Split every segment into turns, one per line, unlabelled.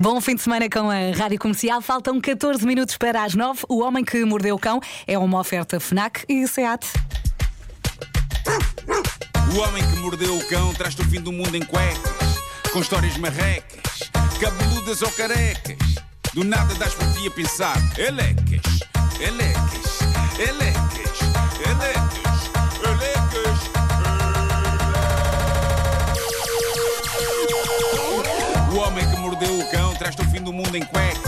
Bom fim de semana com a Rádio Comercial. Faltam 14 minutos para as 9. O Homem que Mordeu o Cão é uma oferta FNAC e SEAT.
O homem que mordeu o cão traz-te o fim do mundo em cuecas, com histórias marrecas, cabeludas ou carecas. Do nada das por ti a pensar, elecas, elecas, elecas, elecas, elecas. O homem que mordeu o cão traz-te o fim do mundo em cuecas,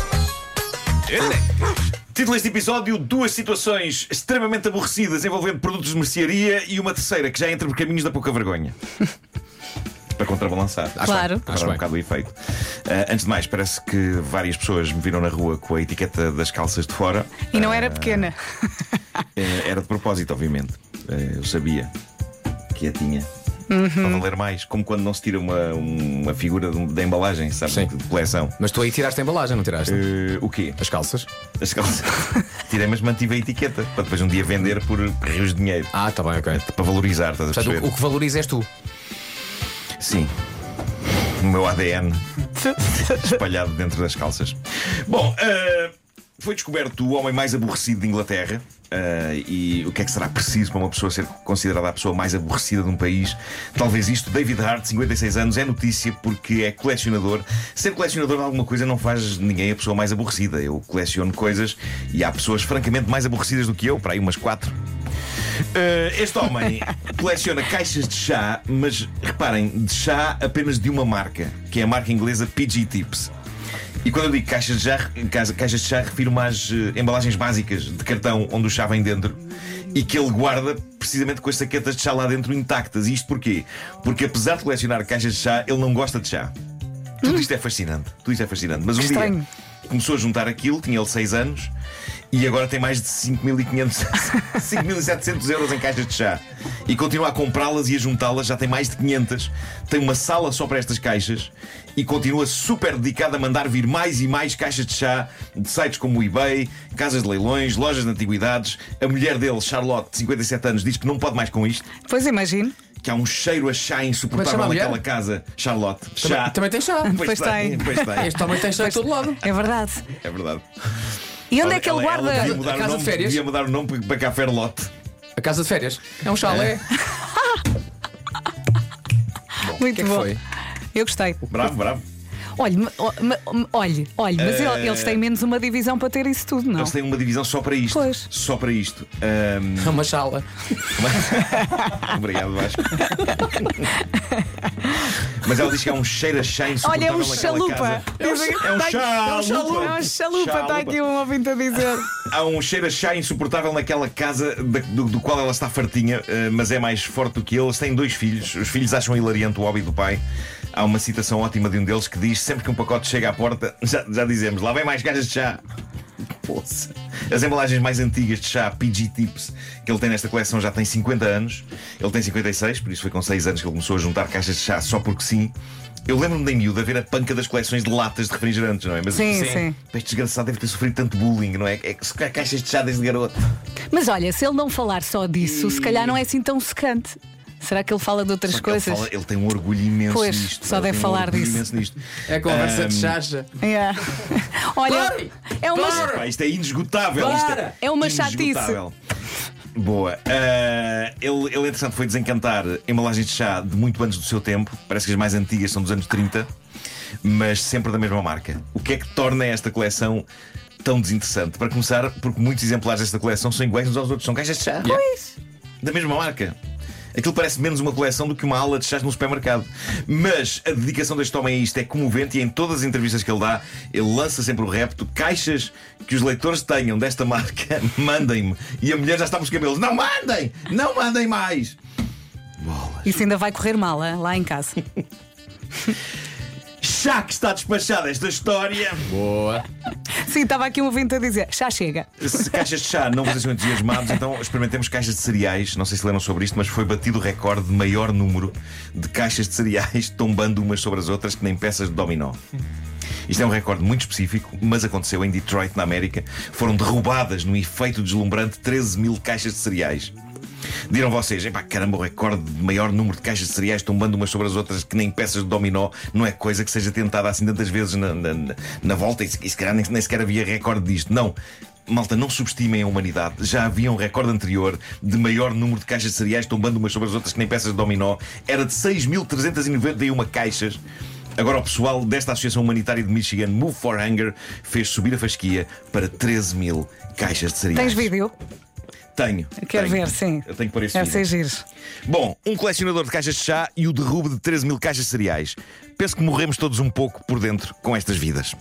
elecas.
Título deste episódio: duas situações extremamente aborrecidas envolvendo produtos de mercearia e uma terceira que já entra por caminhos da pouca vergonha. Para contrabalançar. Acho
Claro.
bem, para dar um bocado o efeito. Ah, antes de mais, parece que várias pessoas me viram na rua com a etiqueta das calças de fora.
E não era pequena.
Eh, Era de propósito, obviamente. Eh, Eu sabia que a tinha.
Uhum.
Para valer mais, como quando não se tira uma, uma figura de um- da embalagem, sabe?
Sim.
De coleção.
Mas tu aí tiraste a embalagem, não tiraste?
Eh, o quê?
As calças?
As calças. Tirei, mas mantive a etiqueta para depois um dia vender por rios de dinheiro. É,
Ah, tá bem, ok.
Para valorizar, estás a
Portanto,
perceber?
o, o que valoriza és tu.
Sim. O meu ADN espalhado dentro das calças. Bom, ah, foi descoberto o homem mais aborrecido de Inglaterra. Ah, e o que é que será preciso para uma pessoa ser considerada a pessoa mais aborrecida de um país? Talvez isto, David Hart, 56 anos, é notícia porque é colecionador. Ser colecionador de alguma coisa não faz de ninguém a pessoa mais aborrecida. Eu coleciono coisas e há pessoas francamente mais aborrecidas do que eu, para aí umas quatro. Uh, este homem coleciona caixas de chá, mas reparem, de chá apenas de uma marca, que é a marca inglesa PG Tips. E quando eu digo caixas de chá, ca- caixas de chá refiro-me às eh, embalagens básicas de cartão onde o chá vem dentro e que ele guarda precisamente com as saquetas de chá lá dentro intactas. E isto porquê? Porque apesar de colecionar caixas de chá, ele não gosta de chá. Tudo
Hum.
isto é fascinante, tudo isto é fascinante. Mas um
Estranho.
dia começou a juntar aquilo, tinha ele 6 anos e agora tem mais de 5.500 5.700 euros em caixas de chá. E continua a comprá-las e a juntá-las, já tem mais de 500. Tem uma sala só para estas caixas e continua super dedicado a mandar vir mais e mais caixas de chá de sites como o eBay, casas de leilões, lojas de antiguidades. A mulher dele, Charlotte, de 57 anos, diz que não pode mais com isto,
Pois imagino.
que há um cheiro a chá
chama
insuportável
a mulher?
naquela casa. Charlotte, chá.
Também, também tens chá.
Pois tem.
Pois tem.
Este homem tem chá de todo lado.
É verdade.
É verdade.
E onde é que ele
Ela- ela
guarda?
devia mudar
A
o
casa de
nome-
férias?
Devia mudar o nome para Caferlote.
A casa de férias. É um chalé. O que
Muito
é que
bom.
foi?
Eu gostei.
Bravo, bravo.
Olhe, ma- o- ma- olhe, olhe, mas
Eh,
ele- eles têm menos uma divisão para ter isso tudo, não?
Eles têm uma divisão só para isto.
Pois.
Só para isto. Ahm,
É uma chala.
Obrigado, Vasco. Mas ela diz que é um cheiro a chá
Olha, é
insuportável
um
naquela
chalupa.
casa. É um
Dizem-
ch- É um
tá-
chalupa.
É um chalupa, é um chalupa, está aqui um ouvinte a dizer.
Há um cheiro a chá insuportável naquela casa da- do, do qual ela está fartinha, eh, mas é mais forte do que ele. Eles têm dois filhos. Os filhos acham hilariante o hobby do pai. Há uma citação ótima de um deles que diz: sempre que um pacote chega à porta, já, já dizemos, lá vem mais gajas de chá. Poça. As embalagens mais antigas de chá, PG Tips, que ele tem nesta coleção já tem 50 anos. Ele tem 56, por isso foi com 6 anos que ele começou a juntar caixas de chá só porque sim. Eu lembro-me da miúda ver a panca das coleções de latas de refrigerantes, não é? Mas,
Sim, sim.
Pá, Este desgraçado deve ter sofrido tanto bullying, não é? É que se calhar caixas de chá desde garoto.
Mas olha, se ele não falar só disso, se calhar não é assim tão secante. Será que ele fala de outras
Só que
coisas?
Ele, fala- ele tem um orgulho imenso
Pois,
nisto.
só
ele
deve
tem um
falar
orgulho
disso.
imenso nisto.
É a conversa de
Ahm,
chacha.
Yeah. Olha, é uma.
Pá, isto é indesgotável.
Para!
Isto é,
É uma
indesgotável. Boa. Ah, ele, ele, entretanto, foi desencantar embalagens de chá de muito antes do seu tempo. Parece que as mais antigas são dos anos 30, mas sempre da mesma marca. O que é que torna esta coleção tão desinteressante? Para começar, porque muitos exemplares desta coleção são iguais uns aos outros. São caixas de chá. da mesma marca. Aquilo parece menos uma coleção do que uma ala de chás num supermercado. Mas a dedicação deste homem a isto é comovente e em todas as entrevistas que ele dá, ele lança sempre o repto: caixas que os leitores tenham desta marca, mandem-me. E a mulher já está nos cabelos: não mandem! Não mandem mais! Bola.
Isso ainda vai correr mal, hã? lá em casa.
Chá que está despachada esta história.
Boa.
Sim, estava aqui um ouvinte a dizer, já chega.
Se caixas de chá não vos deixam entusiasmados, então experimentemos caixas de cereais. Não sei se lembram sobre isto, mas foi batido o recorde de maior número de caixas de cereais tombando umas sobre as outras que nem peças de dominó. Isto é um recorde muito específico, mas aconteceu em Detroit, na América. Foram derrubadas, num efeito deslumbrante, 13 mil caixas de cereais. Dirão vocês, epá, caramba, o recorde de maior número de caixas de cereais tombando umas sobre as outras que nem peças de dominó não é coisa que seja tentada assim tantas vezes na, na, na- na volta e, se- e se calhar nem, nem sequer havia recorde disto. Não. Malta, não subestimem a humanidade. Já havia um recorde anterior de maior número de caixas de cereais tombando umas sobre as outras que nem peças de dominó. Era de 6.391 caixas. Agora, o pessoal desta Associação Humanitária de Michigan, Move for Hunger, fez subir a fasquia para 13 mil caixas de
Tens
cereais.
vídeo?
Tenho.
Quero
tenho.
ver, sim.
Eu tenho que pôr esse
Deve
vídeo.
ser giro.
Bom, um colecionador de caixas de chá e o derrubo de 13 mil caixas de cereais. Penso que morremos todos um pouco por dentro com estas vidas.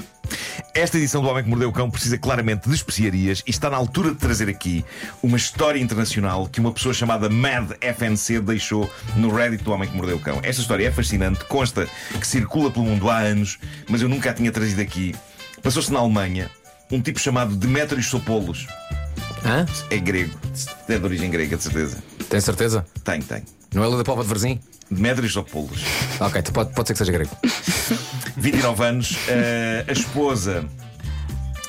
Esta edição do Homem que Mordeu o Cão precisa claramente de especiarias e está na altura de trazer aqui uma história internacional que uma pessoa chamada Mad FNC deixou no Reddit do Homem que Mordeu o Cão. Esta história é fascinante, consta que circula pelo mundo há anos, mas eu nunca a tinha trazido aqui. Passou-se na Alemanha um tipo chamado Demetrios Sopolos.
Hã?
É grego, é de origem grega, de certeza.
Tem certeza?
Tem, tem.
Não é o da Pova de Verzim?
Demetrios Sopolos.
Ok, tu pode, pode ser que seja grego.
29 anos, eh, a esposa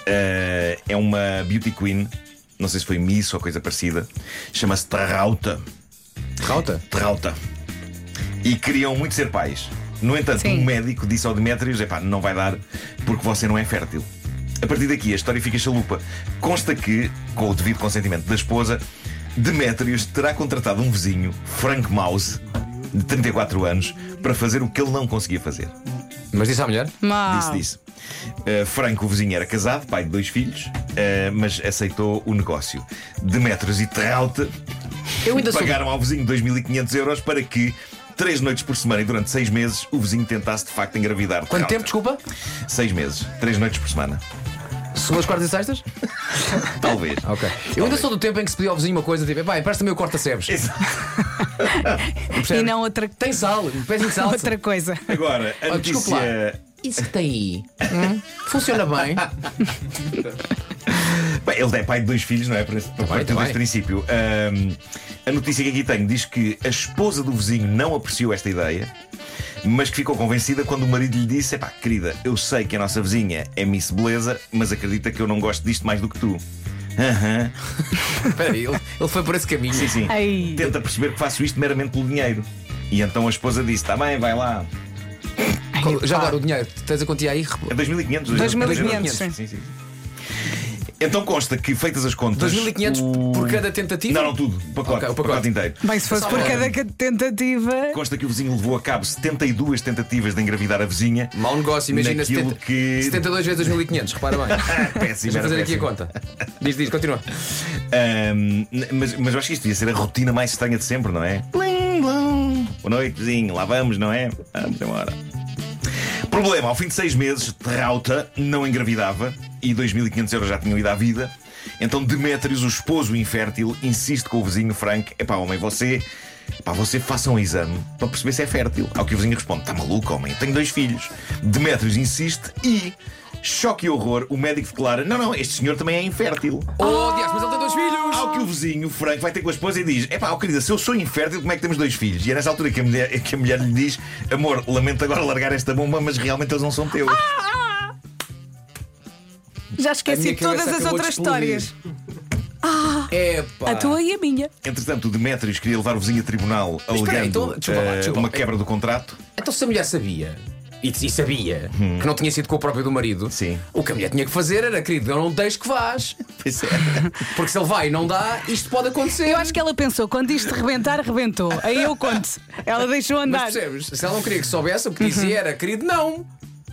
eh, é uma beauty queen, não sei se foi Miss ou coisa parecida, chama-se Terrauta.
Rauta?
Terrauta. E queriam muito ser pais. No entanto,
Sim.
um médico disse ao Demetrius: epá, não vai dar porque você não é fértil. A partir daqui a história fica chalupa. Consta que, com o devido consentimento da esposa, Demetrius terá contratado um vizinho, Frank Mouse, de 34 anos, para fazer o que ele não conseguia fazer.
Mas disse à mulher?
Mau.
Ah.
Disse, disse. Uh, Franco, o vizinho, era casado, pai de dois filhos, uh, mas aceitou o negócio. Demetrios e Terraute
Eu ainda sou.
pagaram ao vizinho 2.500 euros para que, três noites por semana e durante seis meses, o vizinho tentasse de facto engravidar.
Quanto tempo,
Terraute.
desculpa?
Seis meses. Três noites por semana.
Segundas, quartas e sextas?
Talvez.
Ok. Eu ainda sou do tempo em que se pediu ao vizinho uma coisa, tipo, vai, presta-me o corta-sebes.
E
Percebe?
não outra,
Tem sal, pezinho de sal.
outra coisa.
Agora, a
Oh, desculpe lá.
notícia.
Isso que tem aí. hum, Funciona bem.
Bem, ele é pai de dois filhos, não é? Por esse- por partir
tá
deste
bem.
princípio. Ahm, a notícia que aqui tenho diz que a esposa do vizinho não apreciou esta ideia, mas que ficou convencida quando o marido lhe disse: Epá, querida, eu sei que a nossa vizinha é Miss Beleza, mas acredita que eu não gosto disto mais do que tu. Aham.
Espera aí, ele, ele foi por esse caminho.
Sim, sim.
Ai.
Tenta perceber que faço isto meramente pelo dinheiro. E então a esposa disse: Tá bem, vai lá.
Qual- Já agora, o dinheiro, tens a quantia aí?
É 2.500
2.500,
sim. sim, sim. Então consta que, feitas as contas.
2.500
o-
por cada tentativa?
Não, não, tudo. O pacote,
Ok, o
o
pacote.
pacote inteiro.
Bem, se fosse
Só
por
agora.
cada tentativa.
Consta que o vizinho levou a cabo 72 tentativas de engravidar a vizinha.
Mau negócio, imagina
Naquilo
70,
que-
72 vezes 2.500, repara bem.
Péssimo,
Deixa-me
era
fazer aqui a
péssimo.
conta. Diz, diz, continua.
Ahm, n- mas, mas eu acho que isto devia ser a rotina mais estranha de sempre, não é? Plim, blum. Boa noite, vizinho. Lá vamos, não é? Vamos embora. Problema: ao fim de seis meses, Terrauta não engravidava e 2.500 euros já tinham ido à vida. Então Demetrios, o esposo infértil, insiste com o vizinho Frank: Epá, homem, você. Pá, você faça um exame para perceber se é fértil. Ao que o vizinho responde: Tá maluco, homem, eu tenho dois filhos. Demetrios insiste e, choque e horror, o médico declara: Não, não, este senhor também é infértil.
Oh, Dias, mas ele tem dois filhos!
Ao que o vizinho, o Frank, vai ter com a esposa e diz: É pá, querida, se eu sou infértil, como é que temos dois filhos? E é nessa altura que a mulher, que a mulher lhe diz: Amor, lamento agora largar esta bomba, mas realmente eles não são teus.
Já
A
esqueci
minha cabeça
todas as
acabou de
outras
explodir.
histórias.
Epá.
A tua e a minha.
Entretanto, o Demetrios queria levar o vizinho a tribunal
espera aí,
alegando
então, desculpa lá,
eh,
desculpa.
uma quebra do contrato.
Então se a mulher sabia. E, e sabia que não tinha sido com o próprio do marido.
Hum. Sim.
O que a mulher tinha que fazer era, querido, eu não deixo que vás.
Pois é.
Porque se ele vai e não dá, isto pode acontecer.
Eu acho que ela pensou, quando isto rebentar, rebentou. Aí eu conto. Ela deixou
Mas
andar.
percebes? Se ela não queria que soubesse, o que dizia era, querido, não.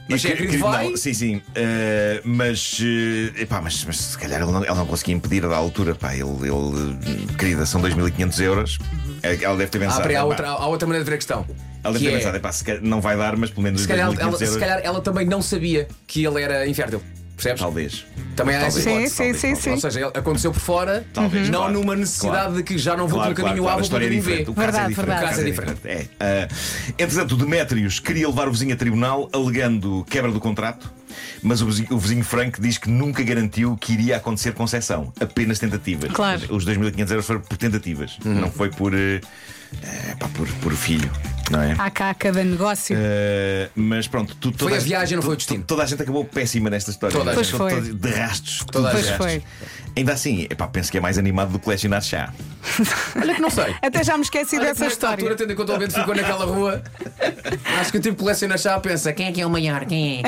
Mas se é
Uhum. que-
querido,
que-
vai.
não, sim, sim. eh, mas, eh, epá, mas, mas se calhar ele não, ele não conseguia impedir a da altura. Pá, ele, ele, eh, querida, são 2.500 euros. Eh, Ela deve ter
Ah,
pensado.
peraí, há,
"Epá,
outra, há outra maneira de ver a questão.
Ela deve
que
ter
é-
pensado, "Epá, se calhar não vai dar, mas pelo menos
Se calhar,
2.500
ela,
euros.
se calhar ela também não sabia que ele era infértil. Percebes?
Talvez.
Também há essa
Talvez.
Sim,
hipótese.
sim, sim, sim.
Ou seja, ele aconteceu por fora,
Talvez,
não
claro,
numa necessidade
claro.
de que já não vou
Claro,
pelo caminho
claro,
A,
claro, a
vou
história
pelo
é
caminho
diferente.
B.
O caso
Verdade,
é diferente. é.
verdade.
O caso é diferente. É. Ah, entretanto, o Demétrios queria levar o vizinho a tribunal alegando quebra do contrato. Mas o vizinho, o vizinho Frank diz que nunca garantiu que iria acontecer concessão, apenas tentativas.
Claro.
Os 2.500 euros foram por tentativas,
Uhum.
não foi por, eh, eh, pá, por, por filho, não é?
Há cá cada negócio.
Uh, mas pronto, tu, toda
Foi a
gente-
viagem, não
tu-
foi o destino.
tu- Toda a gente acabou péssima nesta história.
Toda a
Pois gente. foi.
Toda- de rastos.
Toda a
tudo de
gente. Pois
rastos. Ainda assim, epá, penso que é mais animado do que colecionar chá.
É. Olha que não sei.
Até já me esqueci
Olha é que
dessa
nesta
história.
altura, tendo em conta o vento ficou naquela rua, acho que o tipo que coleciona chá pensa: quem é que é o maior? Quem é?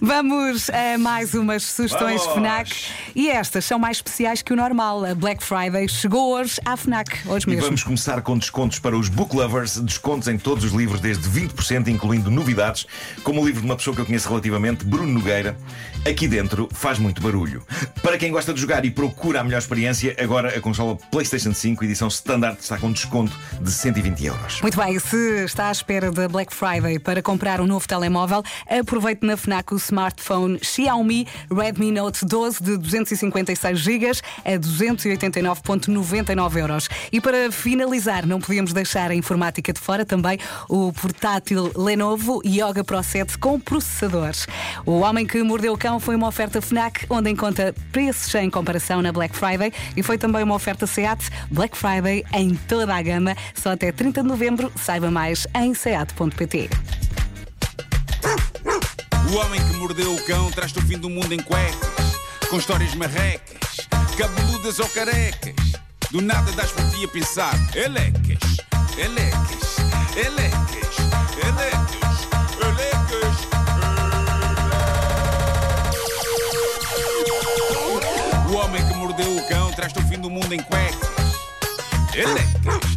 Vamos a mais umas sugestões
Vamos!
FNAC. E estas são mais especiais que o normal. A Black Friday chegou hoje à FNAC, hoje
E
mesmo.
vamos começar com descontos para os book lovers, descontos em todos os livros, desde 20%, incluindo novidades, como o livro de uma pessoa que eu conheço relativamente, Bruno Nogueira. Aqui dentro faz muito barulho. Para quem gosta de jogar e procura a melhor experiência, agora a consola PlayStation 5, edição standard, está com desconto de 120 euros.
Muito bem, se está à espera da Black Friday para comprar um novo telemóvel, aproveite na FNAC o smartphone Xiaomi Redmi Note 12 de 256 GB a 289,99 euros. E para finalizar, não podíamos deixar a informática de fora também o portátil Lenovo Yoga Pro 7 com processadores. O Homem que Mordeu o Cão foi uma oferta FNAC onde encontra preços sem comparação na Black Friday e foi também uma oferta SEAT Black Friday em toda a gama, só até 30 de novembro. Saiba mais em seat.pt.
O homem que mordeu o cão traz-te o fim do mundo em cuecas, com histórias marrecas, cabeludas ou carecas. Do nada das por ti a pensar. Elecas, elecas, elecas, elecas, elecas. O homem que mordeu o cão traz-te o fim do mundo em cuecas. Elecas.